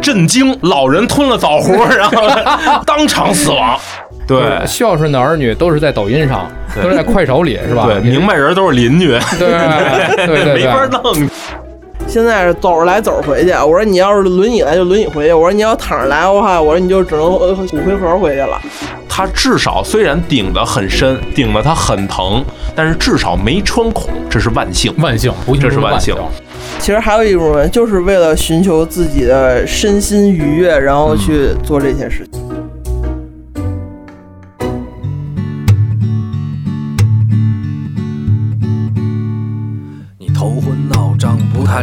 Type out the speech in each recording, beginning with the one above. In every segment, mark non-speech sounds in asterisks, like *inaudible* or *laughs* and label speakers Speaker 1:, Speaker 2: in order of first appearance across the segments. Speaker 1: 震惊，老人吞了枣核，
Speaker 2: *laughs*
Speaker 1: 然后当场死亡。对
Speaker 2: 就是孝顺的儿女都是在抖音上，
Speaker 1: 对
Speaker 2: 都是在快手里，是吧？
Speaker 1: 对，明白人都是邻居，
Speaker 2: 对
Speaker 1: *laughs*
Speaker 2: 对对
Speaker 1: 没
Speaker 2: 对
Speaker 1: 法弄。
Speaker 3: 现在是走着来走着回去。我说你要是轮椅来就轮椅回去，我说你要躺着来的话，我说你就只能呃骨灰盒回去了。
Speaker 1: 他至少虽然顶得很深，顶得他很疼，但是至少没穿孔，这是万幸。
Speaker 4: 万幸，不幸
Speaker 1: 这是
Speaker 4: 万
Speaker 1: 万幸
Speaker 3: 其实还有一种人，就是为了寻求自己的身心愉悦，然后去做这些事情。
Speaker 5: 你头昏脑胀，不太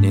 Speaker 5: 你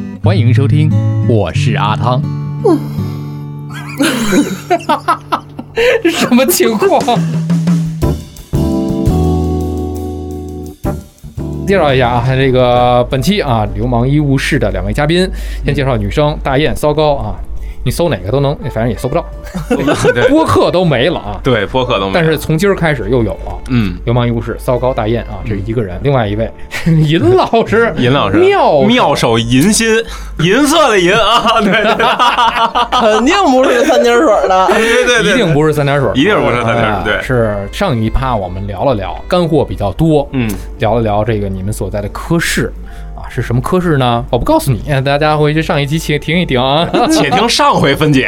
Speaker 4: 欢迎收听，我是阿汤。
Speaker 2: *laughs* 什么情况？介绍一下啊，这个本期啊《流氓医务室》的两位嘉宾，先介绍女生大雁、糟糕啊，你搜哪个都能，反正也搜不到，
Speaker 1: *laughs* 对
Speaker 2: 播客都没了啊。
Speaker 1: *laughs* 对，播客都没有。
Speaker 2: 但是从今儿开始又有了。
Speaker 1: 嗯，
Speaker 2: 流氓医务室，糟糕大雁啊，这是一个人，另外一位 *laughs* 尹
Speaker 1: *laughs*
Speaker 2: 老师，
Speaker 1: 银嗯老师，
Speaker 2: 妙
Speaker 1: 妙手银心，银色的银啊，对对
Speaker 2: 嗯
Speaker 3: 肯定不是三点水
Speaker 2: *laughs*
Speaker 3: 的。
Speaker 1: 对对对，
Speaker 2: 一定不是三点水，
Speaker 1: 一定不是三点水
Speaker 2: 哎
Speaker 1: 对
Speaker 2: 是上一趴我们聊了聊，干货比较多，
Speaker 1: 嗯，
Speaker 2: 聊了聊这个你们所在的科室啊，是什么科室呢？我不告诉你， *laughs* 大家回去上一集请听一
Speaker 1: *laughs*
Speaker 2: 听啊。
Speaker 1: 且听上回分
Speaker 2: *laughs*
Speaker 1: 解。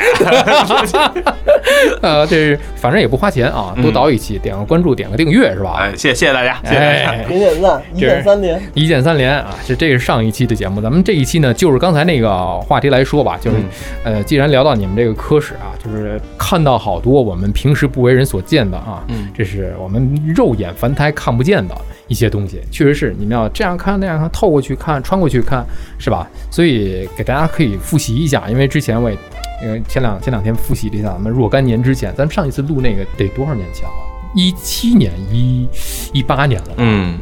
Speaker 2: 呃，这是反正也不花钱啊，多导一期，点个关注，点个订阅是吧？
Speaker 1: 嗯哎，谢谢谢大家，谢谢大家。
Speaker 2: 哎，
Speaker 3: 零点赞，一
Speaker 2: 这是
Speaker 3: 点三零，
Speaker 2: 一键三连啊，这这是上一期的节目，咱们这一期呢，就是刚才那个话题来说吧，就是、
Speaker 3: 嗯
Speaker 2: 呃，既然聊到你们这个科室啊，就是看到好多我们平时不为人所见的啊，
Speaker 1: 嗯
Speaker 2: 这是我们肉眼凡胎看不见的一些东西，确实是你们要这样看那样看，透过去看，穿过去看，是吧？所以给大家可以复习一下，因为之前我也，呃，前两前两天复习了一下咱们若干年之前，咱们上一次录那个得多少年前了？一七年、一一八年了，
Speaker 1: 嗯，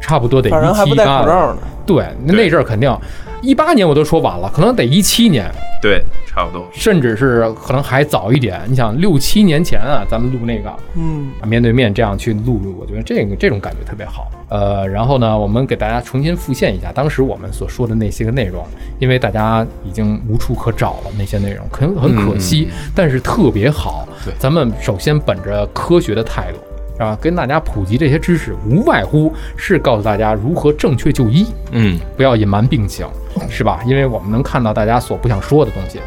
Speaker 2: 差不多得一
Speaker 3: 反正还
Speaker 2: 七
Speaker 3: 不
Speaker 2: 一
Speaker 3: 戴
Speaker 2: 八
Speaker 3: 口
Speaker 2: 了。
Speaker 3: 罩呢。
Speaker 2: 对，那
Speaker 1: 对
Speaker 2: 那阵儿肯定，一八年我都说晚了，可能得一七年，
Speaker 1: 对，差不多。
Speaker 2: 甚至是可能还早一点。你想六七年前啊，咱们录那个
Speaker 3: 嗯，
Speaker 2: 面对面这样去录，我觉得这个这种感觉特别好。呃，然后呢，我们给大家重新复现一下当时我们所说的那些个内容，因为大家已经无处可找了那些内容，很很可惜，但是特别好。
Speaker 1: 嗯对
Speaker 2: 咱们首先本着科学的态度。啊，跟大家普及这些知识，无外乎是告诉大家如何正确就医，
Speaker 1: 嗯，
Speaker 2: 不要隐瞒病情，是吧？因为我们能看到大家所不想说的东西，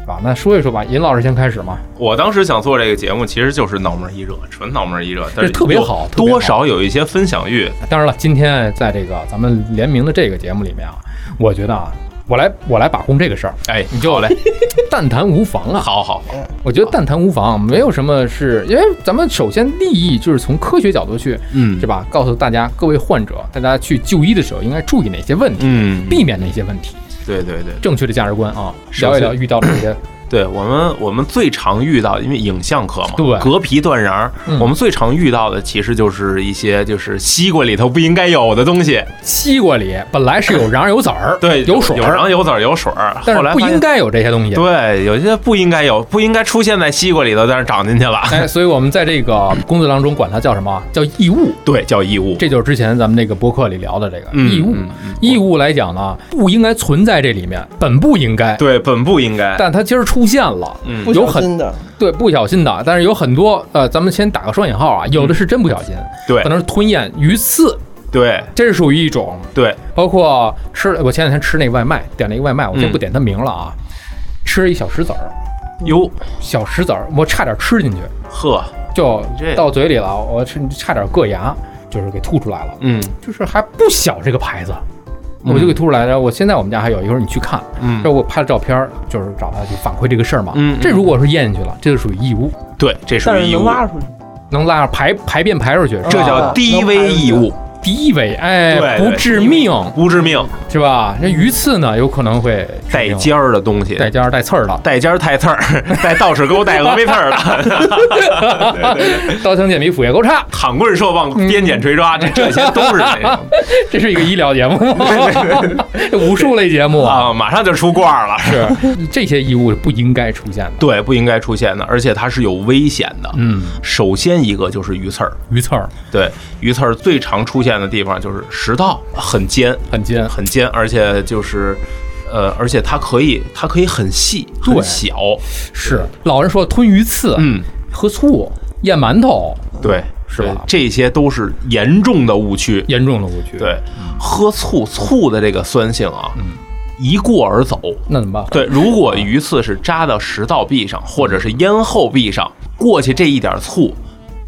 Speaker 2: 是吧？那说一说吧，尹老师先开始嘛。
Speaker 1: 我当时想做这个节目，其实就是脑门一热，纯脑门一热，但是
Speaker 2: 这特别
Speaker 1: 有
Speaker 2: 好特别好
Speaker 1: 多少有一些分享欲。
Speaker 2: 当然了，今天在这个咱们联名的这个节目里面啊，我觉得啊，我来我来把控这个事儿，
Speaker 1: 哎，你就来，
Speaker 2: 但谈无妨
Speaker 1: *laughs*
Speaker 2: 啊。
Speaker 1: 好好，
Speaker 2: 我觉得但谈无妨，啊没有什么是因为咱们首先利益就是从科学角度去，
Speaker 1: 嗯
Speaker 2: 是吧？告诉大家各位患者，大家去就医的时候应该注意哪些问题，
Speaker 1: 嗯，
Speaker 2: 避免哪些问题，
Speaker 1: 对对对
Speaker 2: 正确的价值观啊，聊一聊遇到的这些，
Speaker 1: 对，我们我们最常遇到，因为影像课嘛，
Speaker 2: 对
Speaker 1: 隔皮断瓤儿，
Speaker 2: 嗯
Speaker 1: 我们最常遇到的其实就是一些就是西瓜里头不应该有的东西，
Speaker 2: 西瓜里本来是有瓤儿有籽儿，
Speaker 1: 对，
Speaker 2: 有水
Speaker 1: 有
Speaker 2: 儿
Speaker 1: 瓤，有籽儿有水儿，
Speaker 2: 但
Speaker 1: 后
Speaker 2: 是
Speaker 1: 来
Speaker 2: 不
Speaker 1: 发现
Speaker 2: 应该有这些东西。
Speaker 1: 对，有些不应该有，不应该出现在西瓜里头，但是长进去了。
Speaker 2: 哎，所以我们在这个工作当中管它叫什么？啊叫异物。
Speaker 1: 对，叫异物。
Speaker 2: 这就是之前咱们那个博客里聊的这个
Speaker 1: 嗯
Speaker 2: 异物
Speaker 1: 嗯。
Speaker 2: 异物来讲呢，不应该存在这里面，本不应该。
Speaker 1: 对，本不应该。
Speaker 2: 但它今儿出现了，
Speaker 1: 嗯
Speaker 3: 不
Speaker 2: 有
Speaker 3: 小
Speaker 2: 很
Speaker 3: 心的，
Speaker 2: 对不小心的，但是有很多呃，咱们先打个双引号啊，有的是真不小心，
Speaker 1: 对
Speaker 2: 可能是吞咽、鱼刺，
Speaker 1: 对
Speaker 2: 这是属于一种。
Speaker 1: 对，
Speaker 2: 包括吃，我前两天吃那个外卖，点了一个外卖，我先
Speaker 1: 嗯
Speaker 2: 不点它名了啊。吃了一小石子儿，
Speaker 1: 哟
Speaker 2: 小石子儿，我差点吃进去，
Speaker 1: 呵，
Speaker 2: 就
Speaker 1: 这
Speaker 2: 到嘴里了，我差差点硌牙，就是给吐出来了。
Speaker 1: 嗯
Speaker 2: 就是还不小这个牌子，我就给吐出来。然后我现在我们家还有，一会儿你去看，这
Speaker 1: 嗯，
Speaker 2: 我拍了照片儿，就是找他去反馈这个事儿嘛。
Speaker 1: 嗯嗯
Speaker 2: 这如果是咽进去了，这就属于异物，
Speaker 1: 对，这属
Speaker 3: 但
Speaker 1: 于
Speaker 3: 是
Speaker 1: 异
Speaker 3: 能
Speaker 1: 物，
Speaker 3: 拉出去，
Speaker 2: 能拉排排便排出去，
Speaker 1: 这叫
Speaker 3: 啊
Speaker 1: 低
Speaker 3: 能
Speaker 1: 危
Speaker 3: 排出
Speaker 1: 异
Speaker 3: 去
Speaker 1: 物，
Speaker 2: 低危，哎，
Speaker 1: 对
Speaker 2: 不
Speaker 1: 对
Speaker 2: 致命
Speaker 1: 不致命，
Speaker 2: 是吧？那鱼刺呢，有可能会致
Speaker 1: 带
Speaker 2: 命
Speaker 1: 尖儿的东西，
Speaker 2: 带尖儿带刺儿的，
Speaker 1: 带尖儿带刺儿，带倒齿钩带峨眉刺儿的，
Speaker 2: *laughs* 刀枪剑戟斧钺钩叉，
Speaker 1: 躺棍射棒
Speaker 3: 嗯
Speaker 1: 鞭锏锤抓，这这些都是那
Speaker 2: *laughs*
Speaker 1: 种
Speaker 2: 这是一个医疗
Speaker 1: *laughs*
Speaker 2: 节目，这武术类节目
Speaker 1: 啊，马上就出罐儿了。
Speaker 2: 是 *laughs* 这些异物是不应该出现的。
Speaker 1: 对，不应该出现的，而且它是有危险的。
Speaker 2: 嗯，
Speaker 1: 首先一个就是鱼刺儿，
Speaker 2: 鱼刺儿
Speaker 1: 对，鱼刺儿最常出现的地方就是食道，很尖，
Speaker 2: 很尖，
Speaker 1: 很尖，而且就是，呃，而且它可以，它可以很细，很
Speaker 2: 对
Speaker 1: 小，
Speaker 2: 是老人说吞鱼刺，
Speaker 1: 嗯，
Speaker 2: 喝醋、咽馒头，
Speaker 1: 对，
Speaker 2: 是吧
Speaker 1: 对这些都是严重的误区。
Speaker 2: 严重的误区。，
Speaker 1: 对，喝醋，醋的这个酸性啊，
Speaker 2: 嗯
Speaker 1: 一过而走。
Speaker 2: 那怎么办？
Speaker 1: 对，如果鱼刺是扎到食道壁
Speaker 2: 嗯
Speaker 1: 上，或者是咽后壁上，过去这一点醋，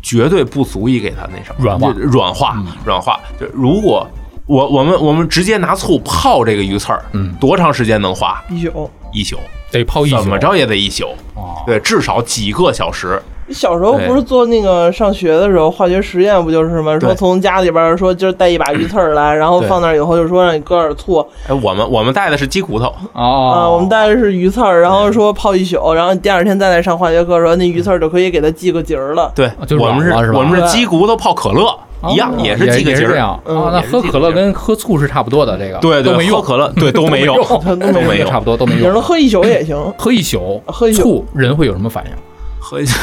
Speaker 1: 绝对不足以给它那什么
Speaker 2: 软化嗯
Speaker 1: 软化，软化。就如果我我们我们直接拿醋泡这个鱼刺儿，
Speaker 2: 嗯
Speaker 1: 多长时间能化？
Speaker 3: 一宿。
Speaker 1: 一宿，
Speaker 2: 得泡一宿。
Speaker 1: 怎么？着也得一宿，
Speaker 2: 哦，
Speaker 1: 对，至少几个小时。
Speaker 3: 小时候
Speaker 1: 对
Speaker 3: 不是做那个上学的时候化学实验不就是吗？说
Speaker 1: 对
Speaker 3: 从家里边儿说就是带一把鱼刺儿来，然后
Speaker 1: 对
Speaker 3: 放那儿以后就说让你搁点儿醋
Speaker 1: 哎，我们我们带的是鸡骨头，
Speaker 3: 啊，
Speaker 2: 哦，
Speaker 3: 我们带的是鱼刺儿，然后说泡一宿，然后第二天再来上化学课的时候，那鱼刺儿就可以给它系个结儿了。
Speaker 1: 对
Speaker 2: 啊，就
Speaker 1: 我们
Speaker 2: 软了是吧
Speaker 1: 我们是
Speaker 3: 对
Speaker 1: 鸡骨头泡可乐一样，
Speaker 2: 哦
Speaker 1: 也
Speaker 2: 也
Speaker 1: 是几个
Speaker 2: 也
Speaker 1: 节
Speaker 2: 这
Speaker 1: 儿。
Speaker 2: 样。
Speaker 3: 嗯
Speaker 2: 啊，那
Speaker 1: 也是
Speaker 2: 喝
Speaker 1: 几个
Speaker 2: 可乐
Speaker 1: 节儿
Speaker 2: 跟喝醋是差不多的，这个
Speaker 1: 对对，
Speaker 2: 都没
Speaker 1: 喝
Speaker 2: 用，
Speaker 1: 可乐
Speaker 2: *laughs*
Speaker 1: 对都没用，
Speaker 3: 都
Speaker 1: 都没
Speaker 3: 没
Speaker 1: 用
Speaker 2: 差不 *laughs* 多都没
Speaker 3: 有人
Speaker 2: 用。
Speaker 3: 喝一宿
Speaker 2: *laughs*
Speaker 3: 也行，
Speaker 2: 喝一宿，
Speaker 3: 喝一宿
Speaker 2: 醋人会有什么反应？
Speaker 1: 喝一 *laughs* 下。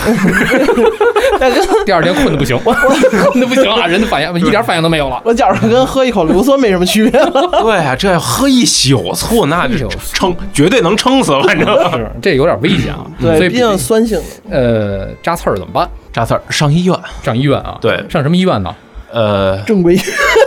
Speaker 3: 大哥，
Speaker 2: 第二天困的不
Speaker 3: *laughs*
Speaker 2: 行，困的不行啊，人的反应一点反应都没有了。
Speaker 3: 我觉着跟喝一口硫酸没什么区别
Speaker 2: 嗯
Speaker 3: 了。
Speaker 1: 对啊，这要喝一宿醋，那
Speaker 2: 一
Speaker 1: 就
Speaker 2: 宿
Speaker 1: 撑，绝对能撑死，反正
Speaker 2: 是，这有点危险啊。所
Speaker 3: 对，
Speaker 2: 以
Speaker 3: 毕竟酸性的。
Speaker 2: 呃，扎刺儿怎么办？
Speaker 1: 扎刺儿上医院，
Speaker 2: *laughs* 上医院啊？
Speaker 1: 对
Speaker 2: 上什么医院呢？
Speaker 1: 呃，
Speaker 3: 正规，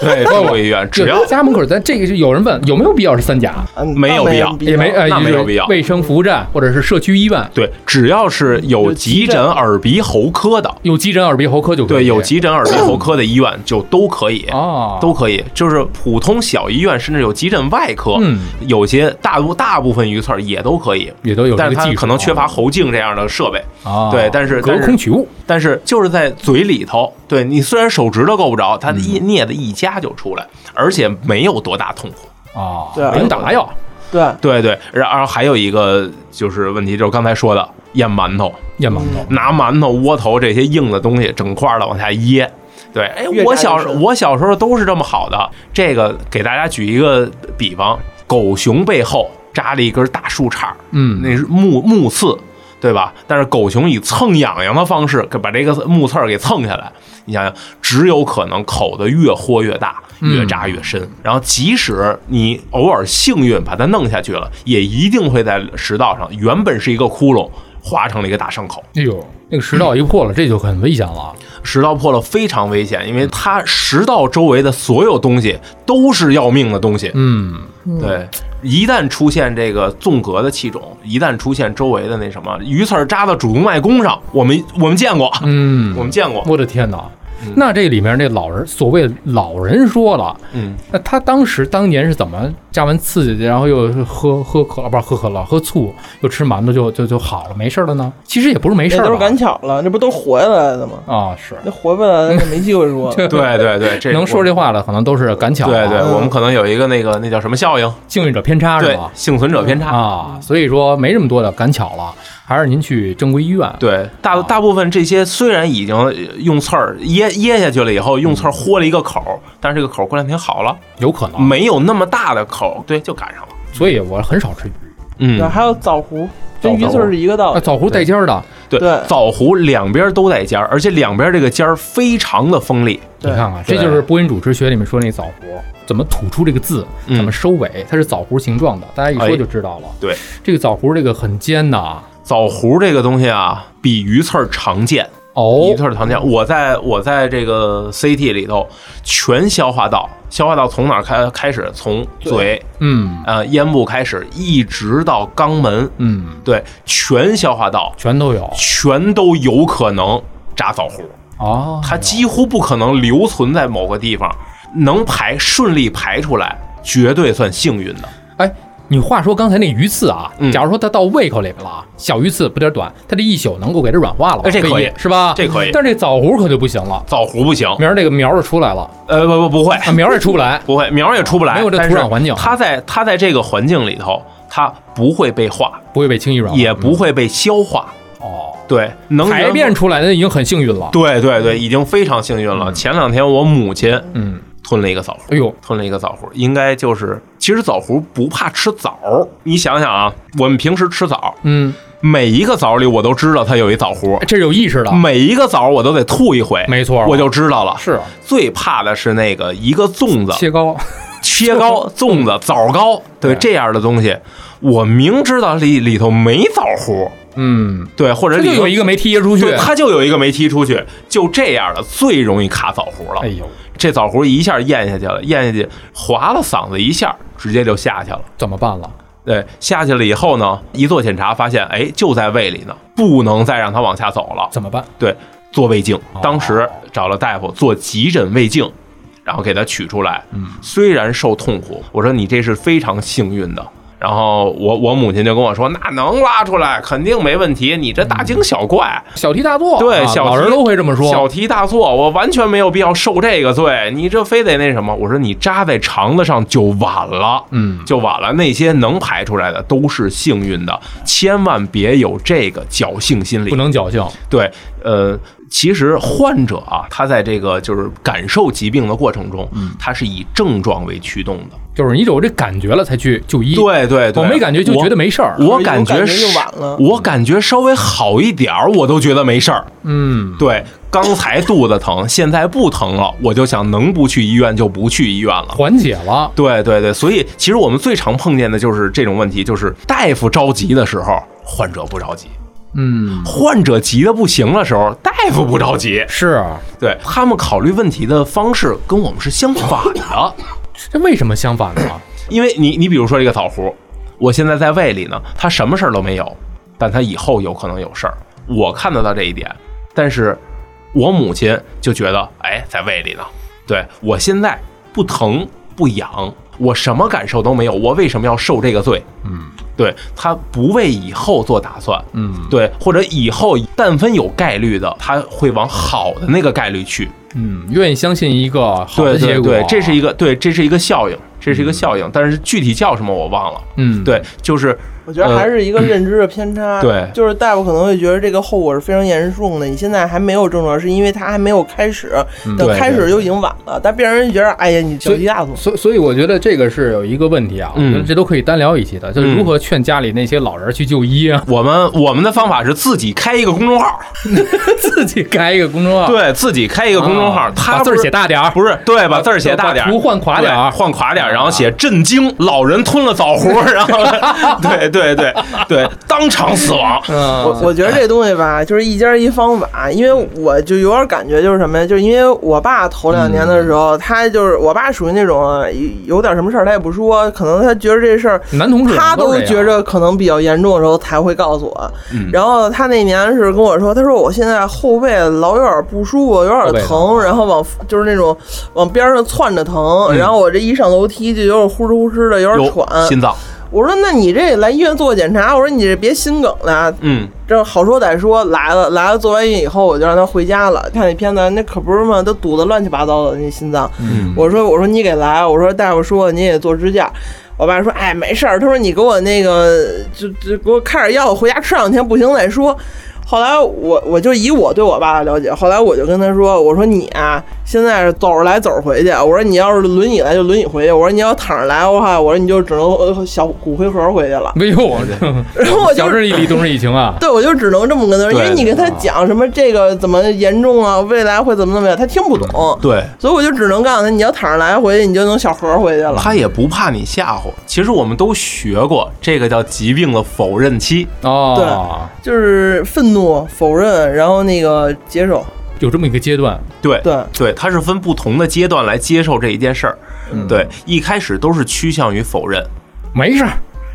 Speaker 1: 对，
Speaker 2: *laughs*
Speaker 1: 中国医院，只要
Speaker 2: 就家门口，咱这个是有人问有没有必要是三甲，
Speaker 3: 嗯
Speaker 1: 没有
Speaker 3: 那
Speaker 1: 必要
Speaker 2: 也没呃
Speaker 1: 那没有
Speaker 2: 就是
Speaker 1: 必要
Speaker 2: 卫生服务站或者是社区医院
Speaker 1: 对，只要是有
Speaker 3: 有急
Speaker 1: 急诊
Speaker 3: 诊
Speaker 1: 耳鼻喉科的，
Speaker 2: 有急诊耳鼻喉科就可以。
Speaker 1: 对，有急诊耳鼻喉科的医院就都可以。
Speaker 2: 啊，
Speaker 1: 都可以，就是普通小医院，甚至有急诊外科，
Speaker 2: 嗯
Speaker 1: 有些大部大部分鱼刺儿也都可以，
Speaker 2: 也都有这
Speaker 1: 但是
Speaker 2: 个技
Speaker 1: 它
Speaker 2: 术啊，
Speaker 1: 可能缺乏喉镜这样的设备，
Speaker 2: 啊，
Speaker 1: 对但是
Speaker 2: 隔
Speaker 1: 但是
Speaker 2: 空取物
Speaker 1: 但是就是在嘴里头，对你虽然手指头够不着，它一镊子一夹就出来，而且没有多大痛苦。
Speaker 2: 啊，
Speaker 3: 对
Speaker 2: 不用打药，
Speaker 3: 对，
Speaker 1: 呃对对，然后还有一个就是问题，就是刚才说的咽馒头，
Speaker 2: 咽馒头
Speaker 1: 拿馒头、窝头这些硬的东西整块的往下噎。对，哎
Speaker 3: 越，扎
Speaker 1: 我
Speaker 3: 越
Speaker 1: 小
Speaker 3: 深
Speaker 1: 我小时候都是这么好的。这个给大家举一个比方，狗熊背后扎了一根大树杈儿，
Speaker 2: 嗯
Speaker 1: 那是木木刺，对吧？但是狗熊以蹭痒痒的方式给把这个木刺儿给蹭下来，你想想，只有可能口子越豁越大，越扎越深。然后即使你偶尔幸运把它弄下去了，也一定会在食道上原本是一个窟窿，划成了一个大伤口。
Speaker 2: 哎呦，那个食道一破了，这就很危险了。
Speaker 1: 食道破了非常危险，因
Speaker 2: 嗯
Speaker 1: 为它食道周围的所有东西都是要命的东西。
Speaker 2: 嗯，
Speaker 1: 对，一旦出现这个纵隔的气肿，一旦出现周围的那什么鱼刺儿扎到主动脉弓上，我们我们见过，
Speaker 2: 嗯
Speaker 1: 我们见过，
Speaker 2: 我的天哪！那这里面这老人，所谓老人说了，
Speaker 1: 嗯，
Speaker 2: 那他当时当年是怎么加完刺激，然后又喝喝可啊乐，不是喝可乐，喝醋，又吃馒头就就就好了，没事儿了呢？其实也不是没事
Speaker 3: 那
Speaker 2: 儿
Speaker 3: 都是
Speaker 2: 吧
Speaker 3: 赶巧了，那不都活下来的吗？
Speaker 2: 啊， *laughs* 是
Speaker 3: 那活不下来的没机会
Speaker 2: *laughs*
Speaker 3: 说。
Speaker 1: 对对对， *laughs* 这
Speaker 2: 能说这
Speaker 1: 话。
Speaker 2: 话的，可能都是赶巧、啊，
Speaker 1: 对对，
Speaker 3: 嗯
Speaker 1: 我们可能有一个那个那叫什么效应，
Speaker 2: 幸运者偏差是
Speaker 1: 对
Speaker 2: 吧，？
Speaker 1: 幸存者偏差。
Speaker 2: 啊，所以说没这么多的赶巧了，还是您去正规医院。
Speaker 1: 对，
Speaker 2: 啊
Speaker 1: 大大部分这些虽然已经呃用刺儿噎噎下去了以后，用刺儿豁了一个口儿，但是这个口儿过两天好了，
Speaker 2: 有可能，
Speaker 1: 没有那么大的口儿，对，就赶上了。
Speaker 2: 所以我很少吃鱼。
Speaker 1: 嗯
Speaker 3: 对，还有枣核，
Speaker 1: 枣
Speaker 3: 跟
Speaker 1: 核
Speaker 3: 鱼刺儿是一个道
Speaker 2: 啊，
Speaker 3: 理。
Speaker 2: 枣核带尖儿的，
Speaker 1: 哦对
Speaker 3: 对
Speaker 1: 枣核两边都带尖儿，而且两边这个尖儿非常的锋利。
Speaker 2: 你
Speaker 3: 对
Speaker 2: 看啊看，
Speaker 1: 对
Speaker 2: 这就是播音主持学里面说那枣核怎么吐出这个字，
Speaker 1: 嗯
Speaker 2: 怎么收尾，它是枣核形状的，大家一
Speaker 1: 哎
Speaker 2: 说就知道了。
Speaker 1: 对，
Speaker 2: 这个枣核这个很尖呐，
Speaker 1: 枣核这个东西啊，比鱼刺儿常见，
Speaker 2: 哦
Speaker 1: 尼特糖浆，我在我在这个 CT 里头全消化道，消化道从哪儿开开始？从嘴，
Speaker 2: 嗯
Speaker 1: 呃，咽部开始，一直到肛门，
Speaker 2: 嗯，
Speaker 1: 对，全消化道
Speaker 2: 全都有
Speaker 1: 全都有可能炸枣核，
Speaker 2: 哦，
Speaker 1: 它几乎不可能留存在某个地方，能排顺利排出来，绝对算幸运的。
Speaker 2: 哎，你话说刚才那鱼刺啊，
Speaker 1: 嗯
Speaker 2: 假如说它到胃口里边了啊，小鱼刺不点短，它这一宿能够给它软化了吧，
Speaker 1: 哎这可以
Speaker 2: 是吧？
Speaker 1: 这可以
Speaker 2: 但是这枣核可就不行了，
Speaker 1: 枣核不行，
Speaker 2: 明儿这个苗儿就出
Speaker 1: *laughs*
Speaker 2: 来了，
Speaker 1: 呃，不不不会，，
Speaker 2: 啊，苗儿也出不来
Speaker 1: 不会，苗儿也出不来，
Speaker 2: 没有这土壤
Speaker 1: 但是
Speaker 2: 环境
Speaker 1: 它在它在这个环境里头，它不会被化，
Speaker 2: 不会被轻易软化，
Speaker 1: 也不会被消化。
Speaker 2: 哦，
Speaker 1: 对，能
Speaker 2: 排
Speaker 1: 源
Speaker 2: 便嗯出来的已经很幸运了，
Speaker 1: 对对对，已经非常幸运了。前两天我母亲
Speaker 2: 嗯，
Speaker 1: 吞了一个枣核，
Speaker 2: 哎呦，
Speaker 1: 吞了一个枣核，应该就是其实枣核不怕吃枣儿，你想想啊，我们平时吃枣，
Speaker 2: 嗯，
Speaker 1: 每一个枣儿里我都知道它有一枣核，
Speaker 2: 这是有意
Speaker 1: *laughs*
Speaker 2: 识的，
Speaker 1: 每一个枣儿我都得吐一回，
Speaker 2: 没错，啊
Speaker 1: 我就知道了。
Speaker 2: 是
Speaker 1: 最怕的是那个一个粽子
Speaker 2: 切糕，
Speaker 1: 切
Speaker 2: *laughs*
Speaker 1: 糕、粽子、枣糕，对
Speaker 2: 对
Speaker 1: 这样的东西，我明知道里里头没枣核，
Speaker 2: 嗯，
Speaker 1: 对，或者
Speaker 2: 它就
Speaker 1: 里头
Speaker 2: 有一个没踢出去，
Speaker 1: 对，它就有一个没踢出去，就这样的最容易卡枣核了。
Speaker 2: 哎呦，
Speaker 1: 这枣核一下咽下去了，咽下去划了嗓子一下，直接就下去了。
Speaker 2: 怎么办了？
Speaker 1: 对，下去了以后呢，一做检查发现，哎，就在胃里呢，不能再让它往下走了。
Speaker 2: 怎么办？
Speaker 1: 对，做胃镜，
Speaker 2: 哦
Speaker 1: 当时找了大夫做急诊胃镜，然后给他取出来。嗯，虽然受痛苦，我说你这是非常幸运的。然后我我母亲就跟我说，那能拉出来，肯定没问题。你这大惊小怪，
Speaker 2: 小题大做，
Speaker 1: 对
Speaker 2: 啊
Speaker 1: 小题
Speaker 2: 老人都会这么
Speaker 1: 小
Speaker 2: 嗯说，
Speaker 1: 题大做，我完全没有必要受这个罪。你这非得那什么？我说你扎在肠子上就晚了，
Speaker 2: 嗯，
Speaker 1: 就晚了。那些能排出来的都是幸运的，千万别有这个侥幸心理
Speaker 2: 不。能侥幸，
Speaker 1: 对，呃，其实患者啊，他在这个就是感受疾病的过程中，
Speaker 2: 嗯
Speaker 1: 他是以症状为驱动的。
Speaker 2: 就是你有这感觉了才去就医，
Speaker 1: 对对对，
Speaker 2: 我没感觉就觉得没事儿，
Speaker 1: 我。我
Speaker 3: 有
Speaker 1: 感
Speaker 3: 感觉
Speaker 1: 是
Speaker 3: 就晚了
Speaker 1: 我感觉稍微好一点儿，我都觉得没事儿。
Speaker 2: 嗯。
Speaker 1: 对，刚才肚子疼，现在不疼了，我就想能不去医院就不去医院了。
Speaker 2: 缓解了。
Speaker 1: 对对对，所以其实我们最常碰见的就是这种问题，就是大夫着急的时候，患者不着急；
Speaker 2: 嗯，
Speaker 1: 患者急的不行的时候，大夫不着急。
Speaker 2: 是。啊
Speaker 1: 对他们考虑问题的方式跟我们是相反的，
Speaker 2: 这为什么相反呢？
Speaker 1: *coughs* 因为你你比如说这个枣核，我现在在胃里呢，它什么事儿都没有，但它以后有可能有事儿，我看得到这一点，但是我母亲就觉得，哎，在胃里呢，对我现在不疼不痒，我什么感受都没有，我为什么要受这个罪？嗯，对他不为以后做打算，
Speaker 2: 嗯
Speaker 1: 对，或者以后但凡有概率的，他会往好的那个概率去，
Speaker 2: 嗯，愿意相信一个好的
Speaker 1: 对
Speaker 2: 结
Speaker 1: 对
Speaker 2: 果。
Speaker 1: 对，这是一个对，这是一个效应，这是一个效应，但是具体叫什么我忘了。
Speaker 2: 嗯，
Speaker 1: 对，就是
Speaker 3: 我觉得还是一个认知的偏差。
Speaker 1: 呃嗯对
Speaker 3: 就是大夫可能会觉得这个后果是非常严重的，你现在还没有症状，是因为他还没有开始，等
Speaker 1: 嗯对
Speaker 3: 开始就已经晚了。但病人就觉得，哎呀，你小
Speaker 2: 所以
Speaker 3: 题大做。
Speaker 2: 所以所以我觉得这个是有一个问题啊，
Speaker 1: 嗯
Speaker 2: 我觉得这都可以单聊一期的，就是
Speaker 1: 嗯
Speaker 2: 如何劝家里那些老人去就医 *laughs* 啊，
Speaker 1: 我们我们的方法是自己开一个公众号，
Speaker 2: 自己开一个公众号，
Speaker 1: 对自己开一个公众号
Speaker 2: 啊，
Speaker 1: 他
Speaker 2: 把字儿
Speaker 1: 不是
Speaker 2: 写大点儿，
Speaker 1: 不是对，把字儿写
Speaker 2: 把
Speaker 1: 大点儿，
Speaker 2: 图换垮点儿啊
Speaker 1: 对换垮点儿，然后写震惊，老人吞了枣核，然
Speaker 2: *laughs*
Speaker 1: 后对对对对，当场死亡。
Speaker 3: 我
Speaker 2: 嗯，
Speaker 3: 我觉得这东
Speaker 2: *laughs*
Speaker 3: 西吧，就是一家一方法，因为我就有点感觉，就是什么呀？就是因为我爸头两年
Speaker 2: 嗯
Speaker 3: 的时候，他就是我爸属于那种有有点什么事儿他也不说，可能他觉得这事儿
Speaker 2: 男同志
Speaker 3: 他
Speaker 2: 都
Speaker 3: 都
Speaker 2: 是这
Speaker 3: 觉
Speaker 2: 样嗯
Speaker 3: 着可能比较严重的时候才会告诉我。然后他那年是跟我说，他说我现在后背老有点不舒服，有
Speaker 2: 后背
Speaker 3: 点疼，然后往就是那种往边上窜着疼，
Speaker 2: 嗯
Speaker 3: 然后我这一上楼梯就有点呼哧呼哧的，有点
Speaker 1: 有
Speaker 3: 喘。
Speaker 1: 心脏，
Speaker 3: 我说那你这来医院做个检查，我说你这别心梗了，
Speaker 1: 嗯，
Speaker 3: 这好说歹说来了，来了做完运以后，我就让他回家了。看那片子，那可不是嘛，都堵得乱七八糟的那心脏。
Speaker 2: 嗯
Speaker 3: 我说我说你给来，我说大夫说你也做支架。我爸说哎没事儿，他说你给我那个就就给我开点药，回家吃两天不行再说。后来我我就以我对我爸的了解，后来我就跟他说，我说你啊，现在是走着来走着回去，我说你要是轮椅来就轮椅回去，我说你要躺着来的话，我说你就只能呃小骨灰盒回去了。
Speaker 2: 哎呦，我
Speaker 3: 然后我就
Speaker 2: 小事一理，懂事一
Speaker 1: *laughs*
Speaker 2: 情啊，
Speaker 3: 对，我就只能这么跟他说，因
Speaker 1: 对
Speaker 3: 为你跟他讲什么这个怎么严重啊，未来会怎么怎么样，他听不懂，
Speaker 1: 对，
Speaker 3: 所以我就只能告诉他，你要躺着来回去，你就能小盒回去了。
Speaker 1: 他也不怕你吓唬。其实我们都学过，这个叫疾病的否认期。
Speaker 2: 哦，
Speaker 3: 就是愤怒、否认，然后那个接受。
Speaker 2: 有这么一个阶段，
Speaker 1: 对
Speaker 3: 对
Speaker 1: 对，它是分不同的阶段来接受这一件事儿。
Speaker 2: 嗯
Speaker 1: 对，一开始都是趋向于否认，
Speaker 2: 没事儿，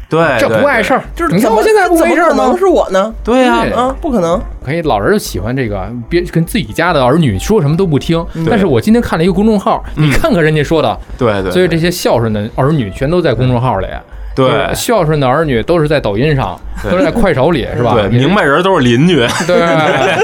Speaker 1: 对，
Speaker 2: 这不
Speaker 1: 哎对
Speaker 2: 碍事。儿。
Speaker 3: 就是
Speaker 2: 你看
Speaker 3: 怎么
Speaker 2: 我现在不
Speaker 3: 怎
Speaker 2: 没
Speaker 3: 么
Speaker 2: 事
Speaker 3: 可
Speaker 2: 儿
Speaker 3: 能
Speaker 2: 吗？
Speaker 3: 是我呢？
Speaker 1: 对呀、
Speaker 2: 对
Speaker 3: 啊，不可能。
Speaker 2: 可以，老人就喜欢这个，别跟自己家的儿女说什么都不听。但是我今天看了一个公众号，
Speaker 1: 嗯
Speaker 2: 你看看人家说的，
Speaker 1: 对对，
Speaker 2: 所以这些孝顺的儿女全都在公众号里。就是
Speaker 1: 对
Speaker 2: 孝顺的儿女都是在抖音上，
Speaker 1: 对
Speaker 2: 都是在快手里，是吧？
Speaker 1: 对，明白人都是邻居， *laughs*
Speaker 2: 对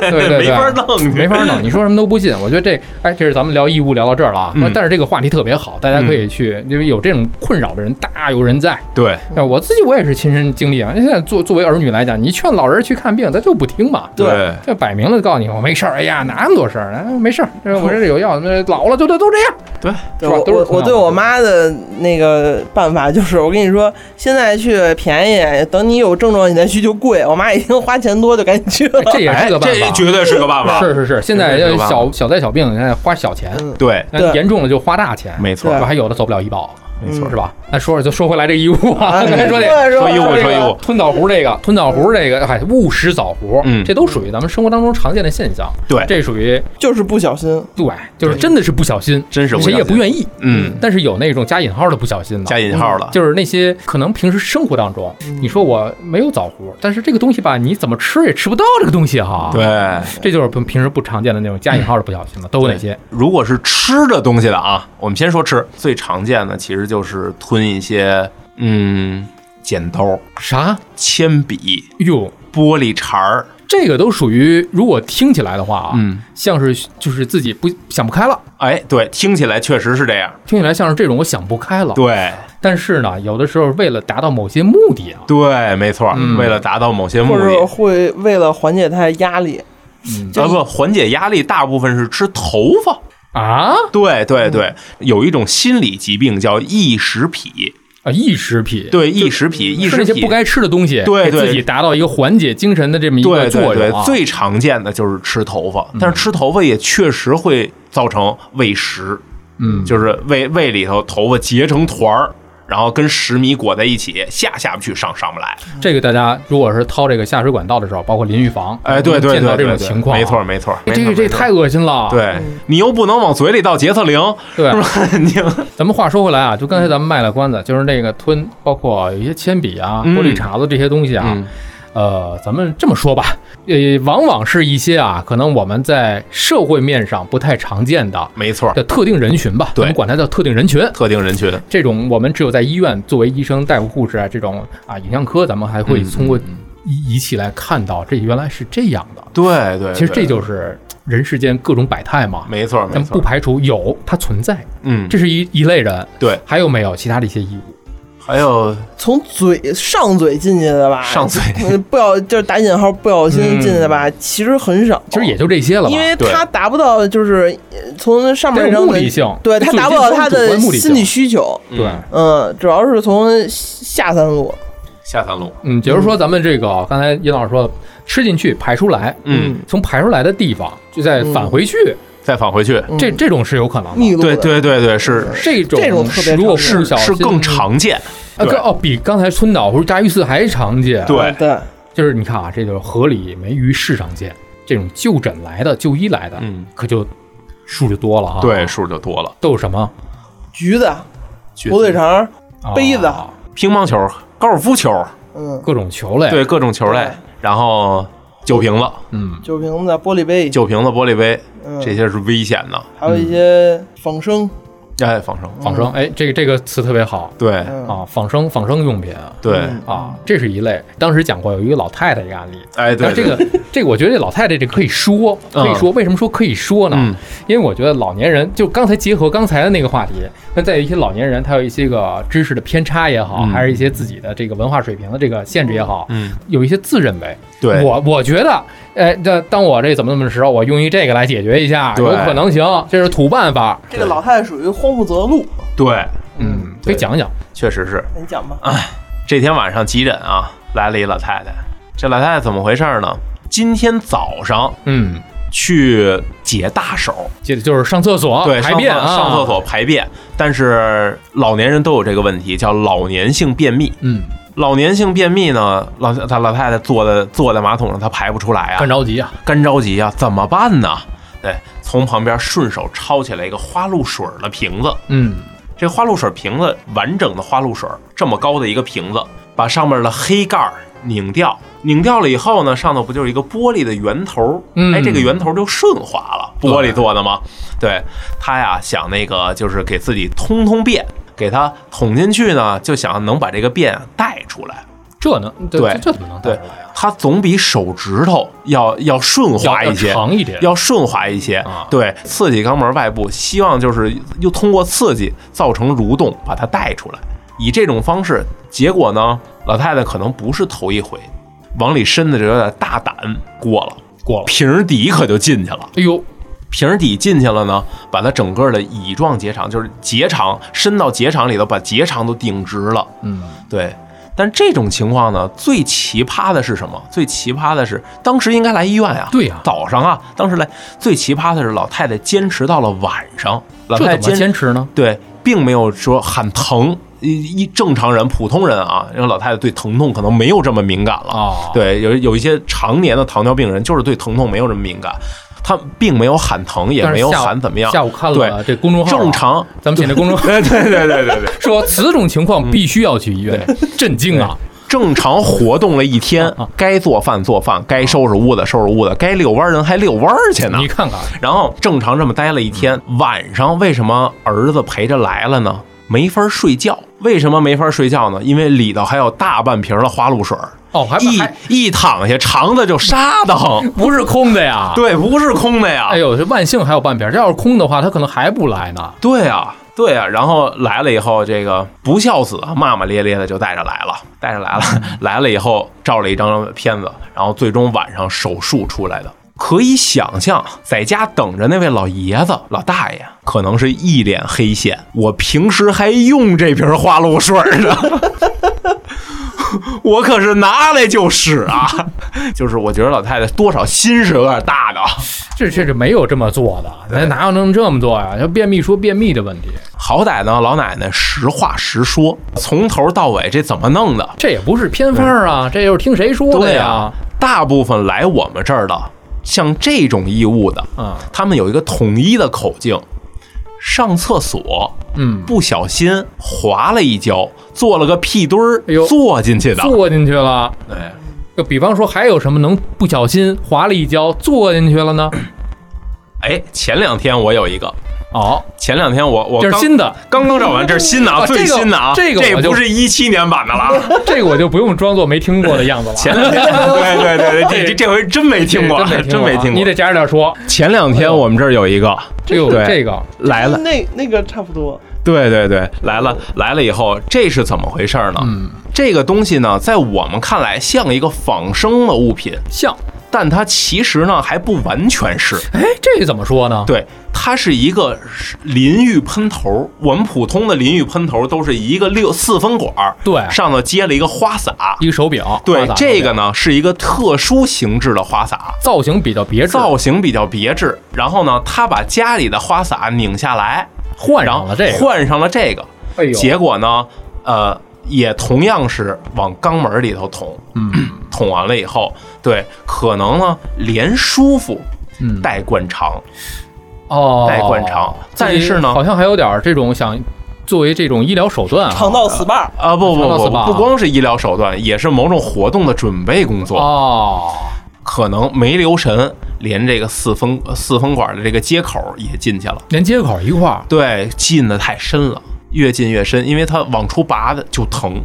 Speaker 2: 对对对，
Speaker 1: 没法弄，
Speaker 2: 没法弄，你说什么都不信。我觉得这，哎，这是咱们聊义务聊到这儿了啊。
Speaker 1: 嗯
Speaker 2: 但是这个话题特别好，大家可以去，因为有这种困扰的人大有人在。
Speaker 1: 对
Speaker 2: 哎，我自己我也是亲身经历啊。现在作作为儿女来讲，你劝老人去看病，他就不听嘛。
Speaker 3: 对
Speaker 1: 对
Speaker 2: 这摆明了告诉你，我没事儿。哎呀，哪那么多事儿？哎，没事儿，这我这里有药，那老了就都都这样。
Speaker 1: *laughs* 对，
Speaker 3: 对
Speaker 2: 是吧
Speaker 3: 我
Speaker 2: 都是同
Speaker 3: 我我
Speaker 2: 样
Speaker 3: 对
Speaker 2: 的
Speaker 3: 我妈的那个办法就是，我跟你说，现在去便宜，等你有症状你再去就贵。我妈已经花钱多，就赶紧去了
Speaker 2: 哎。这也是个办
Speaker 1: 这
Speaker 2: 法。
Speaker 1: 绝对是个办法，
Speaker 2: 是是是，现在
Speaker 1: 这是
Speaker 2: 要
Speaker 1: 个办法
Speaker 2: 小小灾小病，现在花小钱，
Speaker 3: 嗯
Speaker 1: 对，
Speaker 2: 那
Speaker 3: 对
Speaker 2: 严重了就花大钱，
Speaker 1: 没错嗯
Speaker 2: 还有的走不了医保，
Speaker 1: 没错
Speaker 2: 是吧？那说说就说回来这义乌 *laughs* 啊，刚才说这
Speaker 3: 对
Speaker 1: 说义务
Speaker 3: 这
Speaker 1: 说
Speaker 3: 个
Speaker 1: 义务，
Speaker 2: 吞枣核这个，吞枣核这个，嗨，误食枣核，
Speaker 1: 嗯
Speaker 2: 这都属于咱们生活当中常见的现象。
Speaker 1: 对
Speaker 2: 这属于
Speaker 3: 就是不小心。
Speaker 2: 对，就是真的是不小心，
Speaker 1: 真是不小
Speaker 2: 谁
Speaker 1: 心
Speaker 2: 也不愿意。
Speaker 1: 嗯，
Speaker 2: 但是有那种加引号的不小心的
Speaker 1: 加，引号了，
Speaker 2: 嗯就是那些可能平时生活当中，
Speaker 1: 嗯
Speaker 2: 你说我没有枣核，但是这个东西吧，你怎么吃也吃不到这个东西哈。，
Speaker 1: 对。
Speaker 2: 这就是平平时不常见的那种加引号的不小心了，都有哪些？
Speaker 1: 如果是吃的东西的啊，我们先说吃，最常见的其实就是吞一些，嗯，剪刀、
Speaker 2: 啥？
Speaker 1: 铅笔、
Speaker 2: 哟，
Speaker 1: 玻璃碴儿，
Speaker 2: 这个都属于，如果听起来的话啊，
Speaker 1: 嗯，
Speaker 2: 像是就是自己不想不开了，
Speaker 1: 哎，对，听起来确实是这样，
Speaker 2: 听起来像是这种我想不开了。
Speaker 1: 对
Speaker 2: 但是呢，有的时候为了达到某些目的啊，
Speaker 1: 对，没错，
Speaker 2: 嗯
Speaker 1: 为了达到某些目
Speaker 3: 或
Speaker 1: 的，
Speaker 3: 者会为了缓解她的压力，就
Speaker 1: 啊不缓解压力，大部分是吃头发。
Speaker 2: 啊
Speaker 1: 对对对，有一种心理疾病叫异食癖，
Speaker 2: 啊，异食癖，，
Speaker 1: 对异食癖，异
Speaker 2: 吃
Speaker 1: 食
Speaker 2: 那些
Speaker 1: 癖
Speaker 2: 不该吃的东西，
Speaker 1: 对
Speaker 2: 给
Speaker 1: 对
Speaker 2: 自己达到一个缓解精神的这么一
Speaker 1: 对
Speaker 2: 个
Speaker 1: 对
Speaker 2: 作用
Speaker 1: 对，
Speaker 2: 啊。嗯
Speaker 1: 最常见的就是吃头发，但是吃头发也确实会造成胃食，
Speaker 2: 嗯，
Speaker 1: 就是胃胃里头头发结成团儿，然后跟石米裹在一起，下下不去，上上不来。
Speaker 2: 这个大家如果是掏这个下水管道的时候，包括淋浴房，
Speaker 1: 哎，对对对，
Speaker 2: 见到这
Speaker 1: 对
Speaker 2: 种
Speaker 1: 对
Speaker 2: 情况啊，
Speaker 1: 没错没错，
Speaker 2: 哎，这
Speaker 1: 没
Speaker 2: 个
Speaker 1: 错
Speaker 2: 这
Speaker 1: 没错
Speaker 2: 太恶心了。
Speaker 1: 对，你又不能往嘴里倒洁厕灵，
Speaker 2: 对
Speaker 1: 是，吧？你
Speaker 2: *laughs* 咱们话说回来啊，就刚才咱们卖了关子，就是那个吞，包括有一些铅笔啊、
Speaker 1: 嗯
Speaker 2: 玻璃碴子这些东西啊，
Speaker 1: 嗯
Speaker 2: 呃，咱们这么说吧，呃，往往是一些啊，可能我们在社会面上不太常见的
Speaker 1: 没错，
Speaker 2: 的特定人群吧，
Speaker 1: 对
Speaker 2: 我们管它叫特定人群。
Speaker 1: 特定人群，
Speaker 2: 这种我们只有在医院作为医生、大夫、护士啊，这种啊影像科，咱们还会
Speaker 1: 嗯
Speaker 2: 通过仪仪器来看到，这原来是这样的。
Speaker 1: 对对，
Speaker 2: 其实
Speaker 1: 对
Speaker 2: 这就是人世间各种百态嘛，
Speaker 1: 呃没错
Speaker 2: 咱
Speaker 1: 没
Speaker 2: 们不
Speaker 1: 错，
Speaker 2: 排除有它存在，
Speaker 1: 嗯，
Speaker 2: 这是一一类人。
Speaker 1: 对，
Speaker 2: 还有没有其他的一些义务？
Speaker 1: 还有
Speaker 3: 从嘴上嘴进去的吧，
Speaker 1: 上嘴
Speaker 3: 呃 *laughs* 不要就是打引号不小心进去的吧，其实很少，
Speaker 2: 其实也就这些了吧。
Speaker 3: 因为
Speaker 1: 对
Speaker 3: 她达不到就是呃从上
Speaker 2: 它
Speaker 3: 面
Speaker 2: 有
Speaker 3: 上
Speaker 2: 目
Speaker 3: 的
Speaker 2: 的性，
Speaker 3: 对他
Speaker 2: 它
Speaker 3: 达不到他的心理需求。
Speaker 2: 对，
Speaker 3: 嗯，主要是从下三路，
Speaker 1: 下三路，
Speaker 2: 嗯，比如说咱们这个刚才尹老师说，吃进去排出来，
Speaker 1: 嗯，
Speaker 2: 从排出来的地方就再返回去，
Speaker 1: 再返回去，
Speaker 3: 嗯
Speaker 2: 这这种是有可能的。
Speaker 3: 逆路
Speaker 1: 对
Speaker 3: 的
Speaker 1: 对对对，是
Speaker 2: 这种
Speaker 3: 这种特别
Speaker 2: 如果不
Speaker 3: 常
Speaker 2: 小
Speaker 3: 见
Speaker 1: 是
Speaker 2: 心
Speaker 1: 更常见，
Speaker 2: 啊，
Speaker 1: 对
Speaker 2: 更哦，比刚才春岛或者炸鱼刺还常见。
Speaker 1: 对
Speaker 3: 对，
Speaker 2: 就是你看啊，这就是河里没鱼市上见，这种就诊来的、就医来的，
Speaker 1: 嗯，
Speaker 2: 可就数就多了啊。
Speaker 1: 对，，数就多了。
Speaker 2: 都有什么？
Speaker 3: 橘子、火腿肠，
Speaker 2: 啊
Speaker 3: 杯子
Speaker 1: 乒乓球、高尔夫球，
Speaker 3: 嗯，
Speaker 2: 各种球类。
Speaker 1: 对，各种球类
Speaker 3: 对，
Speaker 1: 然后酒瓶子、
Speaker 2: 嗯，
Speaker 3: 酒瓶子、玻璃杯，
Speaker 1: 酒瓶子、玻璃杯，
Speaker 3: 嗯
Speaker 1: 这些是危险的。
Speaker 3: 还有一些仿生，
Speaker 1: 哎，防生，
Speaker 2: 仿生，哎，这个这个词特别好
Speaker 1: 对
Speaker 3: 嗯，
Speaker 2: 啊，仿生仿生用品
Speaker 1: 对，
Speaker 3: 嗯
Speaker 2: 啊，这是一类。当时讲过有一个老太太一个案例，
Speaker 1: 哎，
Speaker 2: 但
Speaker 1: 对，
Speaker 2: 是这个这个，我觉得这老太太这可以说，
Speaker 1: 嗯
Speaker 2: 可以说，为什么说可以说呢？
Speaker 1: 嗯
Speaker 2: 因为我觉得老年人就刚才结合刚才的那个话题，那在一些老年人，他有一些个知识的偏差也好，
Speaker 1: 嗯
Speaker 2: 还是一些自己的这个文化水平的这个限制也好，
Speaker 1: 嗯，
Speaker 2: 有一些自认为，
Speaker 1: 对，
Speaker 2: 我我觉得，哎，这当我这怎么怎么的时候，我用于这个来解决一下，
Speaker 1: 对
Speaker 2: 有可能行，这是土办法，
Speaker 3: 这个老太太属于慌不择路，
Speaker 1: 对，
Speaker 2: 嗯，可
Speaker 1: 对
Speaker 2: 以讲讲，
Speaker 1: 确实是。
Speaker 3: 你讲吧，
Speaker 1: 这天晚上急诊啊，来了一老太太。这老太太怎么回事呢？今天早上
Speaker 2: 嗯，
Speaker 1: 去解大手，
Speaker 2: 接着就是上厕所
Speaker 1: 对，
Speaker 2: 排便啊，
Speaker 1: 上厕上厕，所排便，但是老年人都有这个问题，叫老年性便秘。
Speaker 2: 嗯，
Speaker 1: 老年性便秘呢，老他老太太坐在坐在马桶上，她排不出来啊
Speaker 4: 干，着急啊，
Speaker 1: 干着急啊，怎么办呢？对，从旁边顺手抄起来一个花露水的瓶子，
Speaker 2: 嗯，
Speaker 1: 这花露水瓶子完整的花露水，这么高的一个瓶子，把上面的黑盖儿拧掉，拧掉了以后呢，上头不就是一个玻璃的圆头？
Speaker 2: 嗯
Speaker 1: 哎，这个圆头就顺滑了，玻璃做的嘛。对他呀，想那个就是给自己通通便，给它捅进去呢，就想能把这个便带出来。
Speaker 2: 这能这
Speaker 1: 对
Speaker 2: 这这怎么能带
Speaker 1: 对
Speaker 2: 出来啊？
Speaker 1: 它总比手指头要要顺滑
Speaker 2: 要
Speaker 1: 一些，
Speaker 2: 要长一点，
Speaker 1: 要顺滑一些，
Speaker 2: 啊
Speaker 1: 对，刺激肛门外部，希望就是又通过刺激造成蠕动，把它带出来。以这种方式，结果呢，老太太可能不是头一回，往里伸的这有点大胆过了，
Speaker 2: 过了。
Speaker 1: 瓶儿底可就进去了。
Speaker 2: 哎呦，
Speaker 1: 瓶儿底进去了呢，把它整个的乙状结肠，就是结肠伸到结肠里头，把结肠都顶直了。
Speaker 2: 嗯，
Speaker 1: 对。但这种情况呢，最奇葩的是什么？最奇葩的是，当时应该来医院呀。
Speaker 2: 对呀
Speaker 1: 早上啊，当时来。最奇葩的是，老太太坚持到了晚上，老
Speaker 2: 这
Speaker 1: 太太
Speaker 2: 怎
Speaker 1: 啊坚
Speaker 2: 么坚持呢？
Speaker 1: 对，并没有说喊疼。一一正常人、普通人啊，因为老太太对疼痛可能没有这么敏感了。
Speaker 2: 哦
Speaker 1: 对，有有一些常年的糖尿病人，就是对疼痛没有这么敏感，他并没有喊疼，也
Speaker 2: 但是
Speaker 1: 没有
Speaker 2: 下午
Speaker 1: 喊怎么样。
Speaker 2: 下午看了
Speaker 1: 对
Speaker 2: 这公众号啊，
Speaker 1: 正常，
Speaker 2: *laughs* 咱们写这
Speaker 1: *laughs*
Speaker 2: 公众号
Speaker 1: 对对对对对对，
Speaker 2: 说此种情
Speaker 1: 嗯
Speaker 2: 况必须要去医院，震惊啊！
Speaker 1: 正常活动了一天，该做饭做饭，该收拾屋子收拾屋子，该遛弯儿人还遛弯儿去呢
Speaker 2: 你。看看，
Speaker 1: 然后正常这么待了一天，晚上为什么儿子陪着来了呢？没法睡觉，为什么没法睡觉呢？因为里头还有大半瓶的花露水儿，
Speaker 2: 哦，还
Speaker 1: 一
Speaker 2: 还
Speaker 1: 一躺下肠子就沙的很。
Speaker 2: 不是空的呀？
Speaker 1: *laughs* 对，不是空的呀。
Speaker 2: 哎呦，这万幸还有半边儿，这要是空的话，他可能还不来呢。
Speaker 1: 对啊，对啊，然后来了以后，这个不孝子啊，骂骂咧咧的就带着来了，带着来了， *laughs* 来了以后照了一张片子，然后最终晚上手术出来的。可以想象，在家等着那位老爷子、老大爷，可能是一脸黑线。我平时还用这瓶花露水呢， *laughs* 我可是拿来就使啊。 *laughs* 就是我觉得老太太多少心是有点大的。
Speaker 2: 这这是没有这么做的，咱哪有能这么做呀？要便秘说便秘的问题，
Speaker 1: 好歹呢，老奶奶实话实说，从头到尾这怎么弄的？
Speaker 2: 这也不是偏方啊，这又是听谁说的
Speaker 1: 对啊
Speaker 2: 呀？，
Speaker 1: 大部分来我们这儿的，像这种医务的，
Speaker 2: 啊，
Speaker 1: 他们有一个统一的口径：上厕所
Speaker 2: 嗯，
Speaker 1: 不小心滑了一跤，做了个屁墩儿
Speaker 2: 哎呦，
Speaker 1: 坐进去的。
Speaker 2: 坐进去了。
Speaker 1: 哎，
Speaker 2: 就比方说，还有什么能不小心滑了一跤坐进去了
Speaker 1: *clears throat*
Speaker 2: 呢？
Speaker 1: 哎，前两天我有一个，
Speaker 2: 哦，
Speaker 1: 前两天我我
Speaker 2: 这是
Speaker 1: 刚
Speaker 2: 新的，
Speaker 1: 刚刚找完，这是新的啊，
Speaker 2: *laughs* 啊这
Speaker 1: 最
Speaker 2: 个
Speaker 1: 新的啊，
Speaker 2: 这个我就
Speaker 1: 不是一七年版的了
Speaker 2: *laughs*
Speaker 1: 啊。
Speaker 2: 这个我就不用装作没听过的样子了。啊
Speaker 1: 前两天，对对对对，这这这回真没听过，
Speaker 2: *laughs* 这
Speaker 1: 真没听过。
Speaker 2: 啊你得加着点说。
Speaker 1: 前两天我们这儿有一个
Speaker 2: 哎这有
Speaker 1: 对
Speaker 2: 这个，
Speaker 1: 来了，
Speaker 3: 那那个差不多，
Speaker 1: 对对对，来了来了以后，这是怎么回事呢？
Speaker 2: 嗯，
Speaker 1: 这个东西呢，在我们看来像一个仿生的物品，
Speaker 2: 像，
Speaker 1: 但它其实呢还不完全是。
Speaker 2: 哎，这怎么说呢？
Speaker 1: 对，它是一个淋浴喷头。我们普通的淋浴喷头都是一个六四分管儿，
Speaker 2: 对
Speaker 1: 上头接了一个花洒
Speaker 2: 一。个手表，花
Speaker 1: 对
Speaker 2: 洒，
Speaker 1: 这
Speaker 2: 手
Speaker 1: 个
Speaker 2: 表
Speaker 1: 呢是一个特殊形制的花洒，
Speaker 2: 造型比较别致，
Speaker 1: 造型比较别致。然后呢，他把家里的花洒拧下来，
Speaker 2: 换
Speaker 1: 然
Speaker 2: 上
Speaker 1: 后
Speaker 2: 了这个，
Speaker 1: 换上了这个，
Speaker 2: 哎呦，
Speaker 1: 结果呢，呃，也同样是往肛门里头捅，
Speaker 2: 嗯
Speaker 1: *clears throat* 捅完了以后，对，可能呢连舒服
Speaker 2: 嗯，
Speaker 1: 带灌肠，
Speaker 2: 哦，
Speaker 1: 带灌肠但是呢
Speaker 2: 好像还有点这种想作为这种医疗手段啊，
Speaker 3: 肠道 SPA。
Speaker 1: 啊，不不
Speaker 2: 肠道
Speaker 1: 不，
Speaker 2: SPA
Speaker 1: 不光是医疗手段，也是某种活动的准备工作，
Speaker 2: 哦，
Speaker 1: 可能没留神，连这个四风四风管的这个接口也进去了，
Speaker 2: 连接口一块儿，
Speaker 1: 对，进的太深了，越进越深，因为它往出拔的就疼。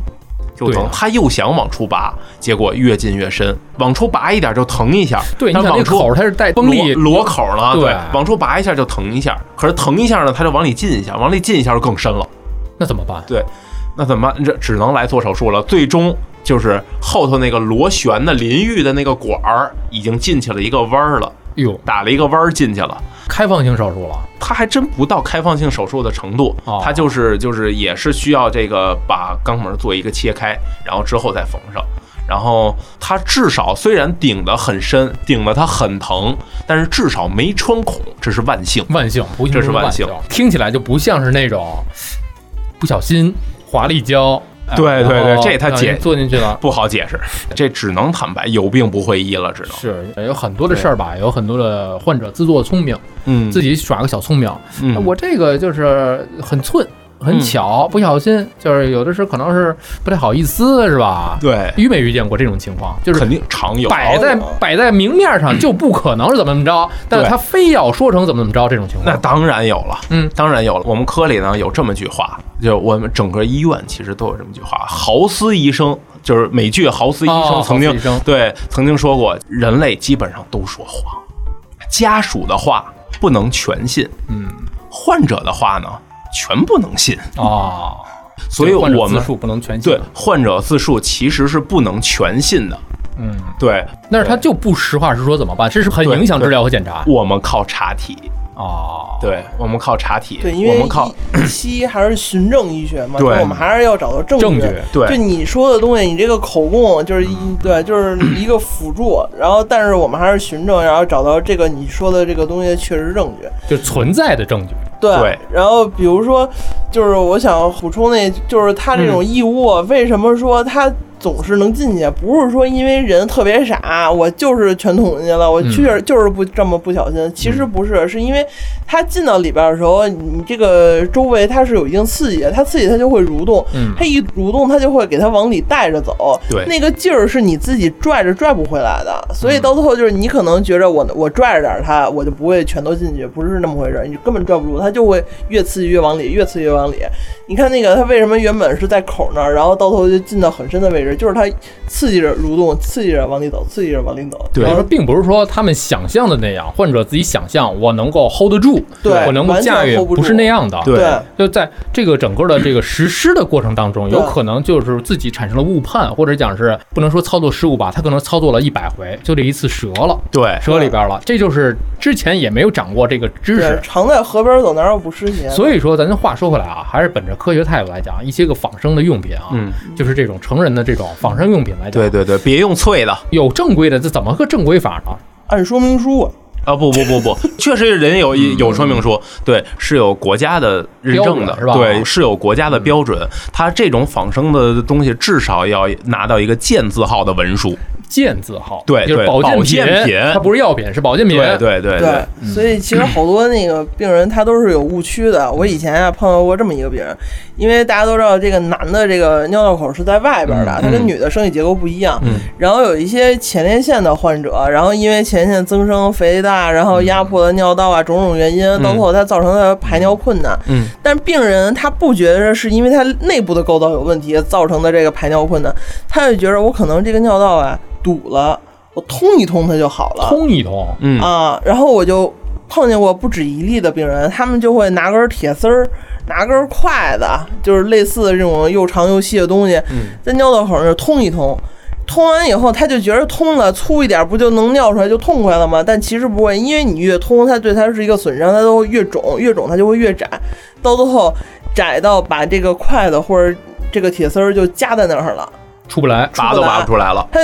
Speaker 1: 就
Speaker 2: 对
Speaker 1: 疼
Speaker 2: 啊，
Speaker 1: 他又想往出拔，结果越进越深，往出拔一点就疼一下。
Speaker 2: 对，你
Speaker 1: 但
Speaker 2: 想
Speaker 1: 往
Speaker 2: 那
Speaker 1: 出
Speaker 2: 口它是带
Speaker 1: 崩
Speaker 2: 崩力，
Speaker 1: 裸口呢，
Speaker 2: 对
Speaker 1: 对，往出拔一下就疼一下，可是疼一下呢，它就往里进一下，往里进一下就更深了。
Speaker 2: 那怎么办？
Speaker 1: 那怎么办？这只能来做手术了。最终就是后头那个螺旋的淋浴的那个管儿已经进去了一个弯儿了，
Speaker 2: 哎呦，
Speaker 1: 打了一个弯儿进去了。
Speaker 2: 开放性手术了，
Speaker 1: 它还真不到开放性手术的程度
Speaker 2: 哦，
Speaker 1: 它就是就是也是需要这个把肛门做一个切开，然后之后再缝上。然后它至少虽然顶得很深，顶得它很疼，但是至少没穿孔，这是万幸。
Speaker 2: 万幸，不幸
Speaker 1: 这是
Speaker 2: 万
Speaker 1: 万幸，
Speaker 2: 听起来就不像是那种不小心滑了一跤哎
Speaker 1: 对对
Speaker 2: 然后
Speaker 1: 对这他
Speaker 2: 让
Speaker 1: 解
Speaker 2: 人坐进去了。
Speaker 1: 不好解释，这只能坦白有病不会医了，只能
Speaker 2: 是有很多的事儿吧，有很多的患者自作聪明，
Speaker 1: 嗯
Speaker 2: 自己耍个小聪明。
Speaker 1: 嗯
Speaker 2: 我这个就是很寸，很巧，不小心就是有的时候可能是不太好意思，是吧？
Speaker 1: 对，
Speaker 2: 遇没遇见过这种情况？就是
Speaker 1: 肯定常有，啊
Speaker 2: 摆在
Speaker 3: 有
Speaker 2: 摆在明面上就不可能是怎么怎么着，但是
Speaker 1: 对
Speaker 2: 他非要说成怎么怎么着这种情
Speaker 1: 那
Speaker 2: 况，
Speaker 1: 当然有了，
Speaker 2: 嗯
Speaker 1: 当然有了。我们科里呢有这么句话，就我们整个医院其实都有这么句话。豪斯医生就是美剧《豪斯医生》
Speaker 2: 哦
Speaker 1: 曾经、
Speaker 2: 豪斯医生
Speaker 1: 对曾经说过，人类基本上都说谎，家属的话不能全信，
Speaker 2: 嗯
Speaker 1: 患者的话呢全不能信。
Speaker 2: 哦，
Speaker 1: 所以
Speaker 2: 这个患者
Speaker 1: 我们
Speaker 2: 自述不能全信
Speaker 1: 对患者自述其实是不能全信的。
Speaker 2: 嗯，
Speaker 1: 对
Speaker 2: 但是他就不实话实说怎么办？这是很
Speaker 1: 对
Speaker 2: 影响治
Speaker 1: 对
Speaker 2: 疗和检查
Speaker 1: 我们靠查体，
Speaker 2: 哦。
Speaker 1: 对我们靠查体，
Speaker 3: 对，因
Speaker 1: 我
Speaker 3: 为
Speaker 1: 们靠
Speaker 3: 医西医还是循证医学嘛，
Speaker 1: 对
Speaker 3: 所以我们还是要找到证
Speaker 2: 证据
Speaker 1: 对嗯
Speaker 3: 就你说的东西，你这个口供就是一对，就是一个辅助，然后但是我们还是循证，然后找到这个你说的这个东西确实证据。
Speaker 2: 就存在的证据，
Speaker 3: 对，
Speaker 1: 对
Speaker 3: 然后比如说，就是我想补充那，就是他这种义务，为什么说他总是能进去？不是说因为人特别傻，我就是全捅进去了，我确实就是不这么不小心。其实不是，是因为他进到里边的时候，你这个周围它是有一定刺激的，它刺激它就会蠕动，
Speaker 2: 嗯
Speaker 3: 它一蠕动它就会给它往里带着走，
Speaker 1: 对
Speaker 3: 那个劲儿是你自己拽着拽不回来的。所以到最后就是你可能觉着我我拽着点儿它，我就不会全都进去，不是那么回事儿，你根本拽不住，它就会越刺激越往里，越刺激越往里。你看那个它为什么原本是在口那儿，然后到头就进到很深的位置，就是它刺激着蠕动，刺激着往里走，刺激着往里走。
Speaker 1: 对
Speaker 2: 然后并不是说他们想象的那样，患者自己想象我能够 hold 得住，
Speaker 3: 对
Speaker 2: 我能够
Speaker 3: 完全
Speaker 2: 驾驭，
Speaker 3: hold 不住
Speaker 2: 不是那样的。
Speaker 1: 对
Speaker 2: 就在这个整个的这个实施的过程当中，
Speaker 3: 对
Speaker 2: 有可能就是自己产生了误判，或者讲是不能说操作失误吧，他可能操作了一百回，就这一次折了，
Speaker 1: 对
Speaker 2: 折里边了，这就是之前也没有掌握这个知
Speaker 3: 对
Speaker 2: 识，。
Speaker 3: 常在河边走，哪有不湿鞋呢？
Speaker 2: 所以说，咱话说回来啊，还是本着科学态度来讲，一些个仿生的用品啊，
Speaker 1: 嗯，
Speaker 2: 就是这种成人的这种仿生用品来讲，
Speaker 1: 对对对，别用脆的。
Speaker 2: 有正规的，这怎么个正规法呢？
Speaker 3: 按说明书啊，
Speaker 1: 啊不不不不，确实人有一有说明书，对，是有国家的认证
Speaker 2: 嗯标
Speaker 1: 的，
Speaker 2: 准是吧嗯
Speaker 1: 对，是有国家的标准。它这种仿生的东西，至少要拿到一个健字号的文书。
Speaker 2: 健字号，
Speaker 1: 对
Speaker 2: 就是
Speaker 1: 对
Speaker 2: 保健
Speaker 1: 保健品
Speaker 2: 它不是药品，是保健品。
Speaker 1: 对对对对，嗯
Speaker 3: 所以其实好多那个病人他都是有误区的。我以前啊碰到过这么一个病人，因为大家都知道这个男的这个尿道口是在外边
Speaker 1: 嗯
Speaker 3: 的，他跟女的生理结构不一样。然后有一些前列腺的患者，然后因为前列腺增生、肥大，然后压迫了尿道啊，种种原因，包括他造成的排尿困难。
Speaker 1: 嗯，
Speaker 3: 但病人他不觉得是因为他内部的构造有问题造成的这个排尿困难，他就觉得我可能这个尿道啊堵了，我通一通它就好了。
Speaker 2: 通一通，
Speaker 1: 嗯
Speaker 3: 啊，然后我就碰见过不止一例的病人，他们就会拿根铁丝儿，拿根筷子，就是类似的这种又长又细的东西，在尿道口那儿通一通。通完以后，他就觉得通了，粗一点不就能尿出来就痛快了吗？但其实不会，因为你越通，它对它是一个损伤，它都会越肿，越肿它就会越窄，到最后窄到把这个筷子或者这个铁丝儿就夹在那儿了。
Speaker 2: 出不来。
Speaker 1: 拔都拔不出来了。
Speaker 3: 他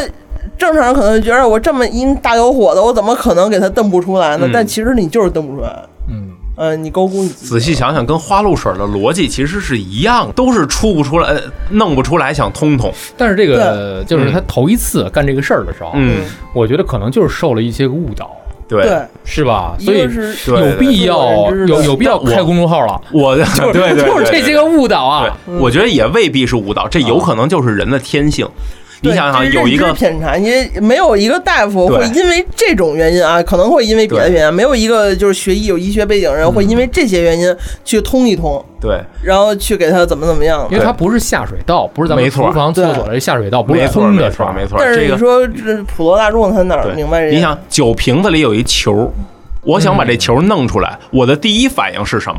Speaker 3: 正常人可能觉得我这么一大小伙子，我怎么可能给他瞪不出来呢？
Speaker 1: 嗯
Speaker 3: 但其实你就是瞪不出来。
Speaker 2: 嗯，
Speaker 3: 嗯、你高估你自己。
Speaker 1: 仔细想想，跟花露水的逻辑其实是一样，都是出不出来，呃弄不出来，想通通。
Speaker 2: 但是这个就是他头一次干这个事儿的时候，
Speaker 1: 嗯，
Speaker 2: 我觉得可能就是受了一些个误导，
Speaker 1: 对，
Speaker 3: 对，
Speaker 2: 是吧？
Speaker 3: 一
Speaker 2: 所以
Speaker 3: 个是
Speaker 1: 对
Speaker 2: 有必要
Speaker 3: 对对对
Speaker 2: 有有必要
Speaker 1: 但我
Speaker 2: 开公众号了，
Speaker 1: 我的对对对，
Speaker 2: 就是这
Speaker 1: 对
Speaker 2: 些个误导
Speaker 1: 对
Speaker 2: 啊。，
Speaker 1: 我觉得也未必是误导，这
Speaker 2: 嗯
Speaker 1: 有可能就是人的天性。你
Speaker 3: 对
Speaker 1: 想
Speaker 3: 这
Speaker 1: 想，
Speaker 3: 是
Speaker 1: 有一
Speaker 3: 认
Speaker 1: 个
Speaker 3: 知偏差，你没有一个大夫会
Speaker 1: 对
Speaker 3: 因为这种原因啊，可能会因为别的原因，没有一个就是学医有医学背景的人
Speaker 1: 嗯
Speaker 3: 会因为这些原因去通一通，
Speaker 1: 对，
Speaker 3: 然后去给他怎么怎么样
Speaker 2: 因
Speaker 3: 的。
Speaker 2: 为它不是下水道，不是咱们
Speaker 1: 没错
Speaker 2: 厨房、
Speaker 3: 对
Speaker 2: 厕所的下水道，不
Speaker 1: 没
Speaker 2: 是
Speaker 1: 错
Speaker 2: 通
Speaker 1: 没
Speaker 2: 的是
Speaker 1: 错
Speaker 2: 吧？
Speaker 1: 没错。
Speaker 3: 但
Speaker 1: 这
Speaker 3: 是
Speaker 1: 个
Speaker 3: 你说这普罗大众他哪儿
Speaker 1: 对，
Speaker 3: 明白嗯这？
Speaker 1: 你想，酒瓶子里有一球，我想把这球弄出来，我的第一反应是什么？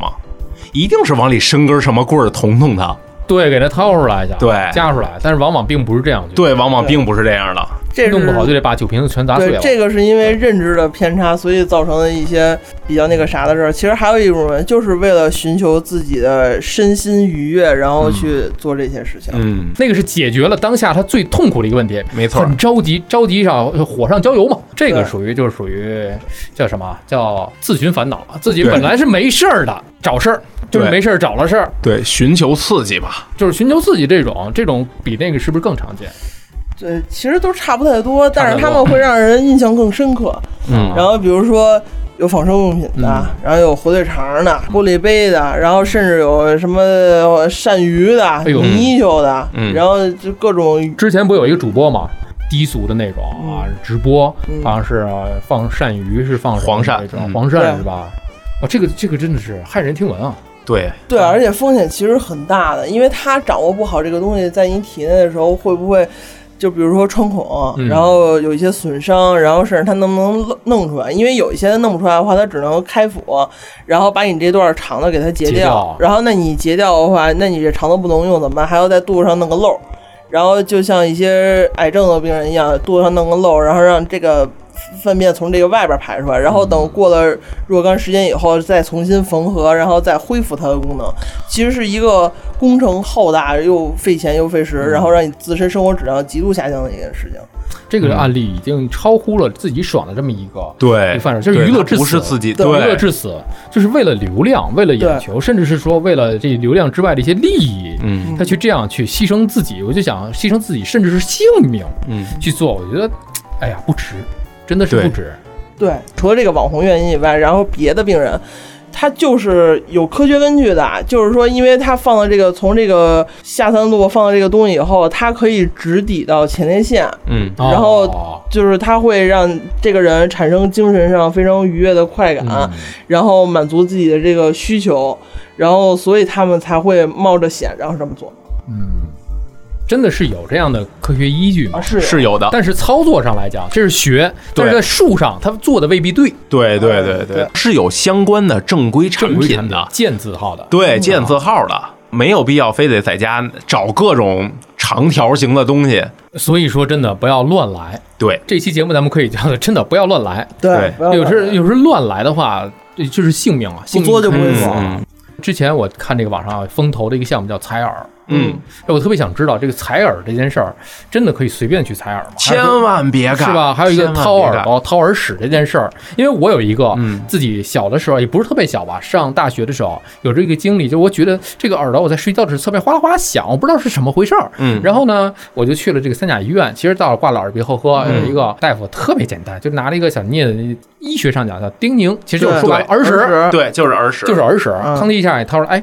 Speaker 1: 一定是往里伸根什么棍儿捅捅它。
Speaker 2: 对，给它掏出来一下，
Speaker 1: 对
Speaker 2: 夹出来，但是往往并不是这样，
Speaker 1: 对，往往
Speaker 3: 对
Speaker 1: 并不是这样的。
Speaker 3: 这是
Speaker 2: 弄不好就得把酒瓶子全砸碎
Speaker 3: 对，
Speaker 2: 了。
Speaker 3: 这个是因为认知的偏差，所以造成的一些比较那个啥的事儿。其实还有一种人，就是为了寻求自己的身心愉悦，
Speaker 2: 嗯
Speaker 3: 然后去做这些事情。
Speaker 1: 嗯，
Speaker 2: 那个是解决了当下他最痛苦的一个问题，
Speaker 1: 没错儿
Speaker 2: 很，着急，着急上火上浇油嘛。这个
Speaker 3: 对
Speaker 2: 属于就是属于叫什么啊叫自寻烦恼，自己
Speaker 1: 对
Speaker 2: 本来是没事儿的，找事儿，就是
Speaker 1: 对
Speaker 2: 没事儿找了事儿，
Speaker 1: 对，寻求刺激吧，
Speaker 2: 就是寻求刺激这种，这种比那个是不是更常见？
Speaker 3: 对，其实都差不太多，但是
Speaker 2: 差
Speaker 3: 他
Speaker 2: 不太多
Speaker 3: 们会让人印象更深刻。
Speaker 1: 嗯
Speaker 2: 啊
Speaker 3: 然后比如说有仿生用品的，
Speaker 2: 嗯
Speaker 3: 然后有火腿肠的、玻璃杯的，然后甚至有什么鳝鱼的、
Speaker 2: 哎呦
Speaker 3: 泥鳅的，
Speaker 1: 嗯
Speaker 3: 然后就各种
Speaker 2: 之前不有一个主播嘛，低俗的那种啊，直播
Speaker 3: 嗯
Speaker 2: 好像是呃放鳝鱼，是放什么
Speaker 1: 黄鳝
Speaker 2: 那种
Speaker 1: 嗯
Speaker 2: 黄
Speaker 3: 对
Speaker 2: 鳝是吧？哦，这个这个真的是骇人听闻啊！
Speaker 1: 对，
Speaker 3: 对，而且风险其实很大的，因为他掌握不好这个东西在你体内的时候，会不会就比如说穿孔，
Speaker 2: 嗯
Speaker 3: 然后有一些损伤，然后甚至他能不能弄弄出来？因为有一些弄不出来的话，他只能开腹，然后把你这段肠子给它截
Speaker 2: 截掉
Speaker 3: 然后那你截掉的话，那你这肠子不能用怎么办？还要在肚子上弄个漏儿，然后就像一些癌症的病人一样，肚子上弄个漏儿，然后让这个。粪便从这个外边排出来，然后等过了若干时间以后再重新缝合，然后再恢复它的功能，其实是一个工程浩大又费钱又费时，然后让你自身生活质量极度下降的一件事情。
Speaker 2: 这个
Speaker 1: 嗯
Speaker 2: 案例已经超乎了自己爽的这么一个
Speaker 1: 对
Speaker 2: 一个范畴，就是
Speaker 1: 对
Speaker 2: 娱乐
Speaker 1: 它
Speaker 2: 至
Speaker 1: 不
Speaker 2: 死，
Speaker 1: 是自己
Speaker 3: 对
Speaker 1: 对
Speaker 2: 娱乐至死，就是为了流量，为了眼球，甚至是说为了这流量之外的一些利益，
Speaker 1: 嗯
Speaker 2: 他去这样去牺牲自己，我就想牺牲自己，甚至是性命
Speaker 1: 嗯，
Speaker 2: 去做，我觉得，哎呀，不值，真的是
Speaker 1: 对
Speaker 2: 不值。
Speaker 3: 对，除了这个网红原因以外，然后别的病人，他就是有科学根据的，就是说，因为他放了这个从这个下三路放了这个东西以后，它可以直抵到前列腺，
Speaker 1: 嗯
Speaker 2: 哦
Speaker 3: 然后就是它会让这个人产生精神上非常愉悦的快感，
Speaker 2: 嗯
Speaker 3: 然后满足自己的这个需求，然后所以他们才会冒着险然后这么做
Speaker 2: 嗯，真的是有这样的科学依据
Speaker 3: 啊，
Speaker 2: 吗？
Speaker 3: 是有
Speaker 1: 是有的，
Speaker 2: 但是操作上来讲，这是学，但是在术上他做的未必对。
Speaker 1: 对对对
Speaker 3: 对
Speaker 1: 对，是有相关的正规产
Speaker 2: 正规
Speaker 1: 品的，
Speaker 2: 建字号的，
Speaker 1: 对，建字号的，没有必要非得在家找各种长条形的东西。
Speaker 2: 所以说真的不要乱来。
Speaker 1: 对，
Speaker 2: 这期节目咱们可以叫做真的不要乱来。
Speaker 1: 对
Speaker 3: 不要
Speaker 2: 有时
Speaker 3: 乱
Speaker 2: 有时乱来的话，这就是性命啊，性命
Speaker 3: 作就不
Speaker 2: 堪
Speaker 3: 会
Speaker 1: 嗯
Speaker 2: 忧
Speaker 3: 死
Speaker 2: 啊。之前我看这个网上啊风投的一个项目叫采耳，哎
Speaker 1: 嗯，
Speaker 2: 我特别想知道这个采耳这件事儿，真的可以随便去采耳吗？还是
Speaker 1: 千万别干，
Speaker 2: 是吧？还有一个
Speaker 1: 千万别
Speaker 2: 掏耳
Speaker 1: 干，
Speaker 2: 朵、掏耳屎这件事儿，因为我有一个
Speaker 1: 嗯
Speaker 2: 自己小的时候，也不是特别小吧，上大学的时候有这个经历，就我觉得这个耳朵我在睡觉的时候侧面哗啦哗啦响，我不知道是什么回事儿。
Speaker 1: 嗯，
Speaker 2: 然后呢，我就去了这个三甲医院。其实到了挂了耳鼻喉科，
Speaker 1: 嗯
Speaker 2: 有一个大夫特别简单，就拿了一个小镊子，医学上讲叫叮咛，其实就是
Speaker 3: 对
Speaker 2: 说白了
Speaker 1: 对
Speaker 2: 耳屎，
Speaker 3: 时
Speaker 1: 对，就是耳屎，
Speaker 2: 就是耳屎，
Speaker 3: 嗯
Speaker 2: 吭的一下，他说：“哎，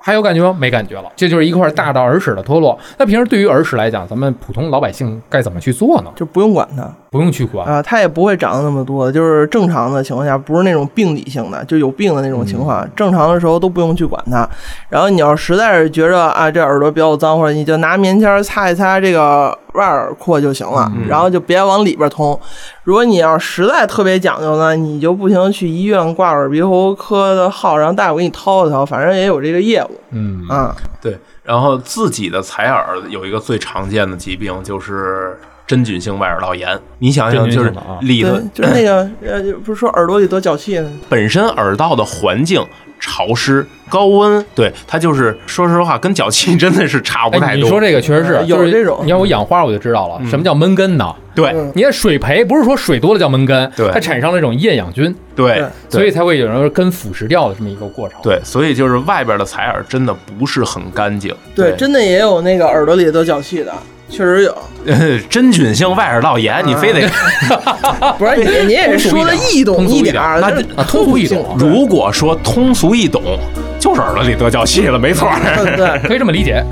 Speaker 2: 还有感觉吗？没感觉了。”这就是一块大到耳屎的脱落。那平时对于耳屎来讲，咱们普通老百姓该怎么去做呢？
Speaker 3: 就不用管它
Speaker 2: 不用去管，
Speaker 3: 啊，它也不会长得那么多，就是正常的情况下，不是那种病理性的，就有病的那种情况，正常的时候都不用去管它。然后你要实在是觉着啊，这耳朵比较脏，或者你就拿棉签儿擦一擦这个外耳廓就行了，
Speaker 1: 嗯
Speaker 3: 然后就别往里边通。如果你要实在特别讲究呢，你就不行去医院挂耳鼻喉科的号，让大夫给你掏一掏，反正也有这个业务
Speaker 2: 嗯，
Speaker 3: 啊。
Speaker 1: 对。然后自己的采耳有一个最常见的疾病就是真菌性外耳道炎，你想想，
Speaker 2: 真菌
Speaker 1: 就
Speaker 2: 性
Speaker 1: 是
Speaker 2: 的啊
Speaker 1: 里
Speaker 3: 对
Speaker 1: 头，
Speaker 3: 就是那个呃，不是说耳朵里得脚气呢，
Speaker 1: 本身耳道的环境潮湿、高温，对它就是说实话，跟脚气真的是差不
Speaker 2: 哎，
Speaker 1: 太
Speaker 2: 你
Speaker 1: 多。
Speaker 2: 说这个确实是
Speaker 3: 嗯有
Speaker 2: 就是
Speaker 3: 这种
Speaker 2: 你要我养花，我就知道了，什么叫闷根呢？
Speaker 1: 对
Speaker 3: 嗯
Speaker 2: 你看水培不是说水多了叫闷根，
Speaker 1: 对
Speaker 2: 它产生了一种厌氧菌，
Speaker 1: 对，
Speaker 2: 所以才会有人说根腐蚀掉的这么一个过程。，
Speaker 1: 对，所以就是外边的采耳真的不是很干净。
Speaker 3: 对，真的也有那个耳朵里得脚气的，确实有。
Speaker 1: 呃 *laughs* 真嗯菌性外耳道炎，你非得
Speaker 3: 不是你，你也
Speaker 2: 通俗一
Speaker 3: 说的
Speaker 2: 点
Speaker 3: 易懂
Speaker 2: 通俗一
Speaker 3: 点儿，
Speaker 1: 点
Speaker 3: 就是
Speaker 2: 啊，通俗易懂，
Speaker 1: 如果说通俗易懂，就是耳朵里得脚气了，没错儿。
Speaker 3: 对对。
Speaker 2: 啊
Speaker 3: *laughs*
Speaker 2: 可以这么理解。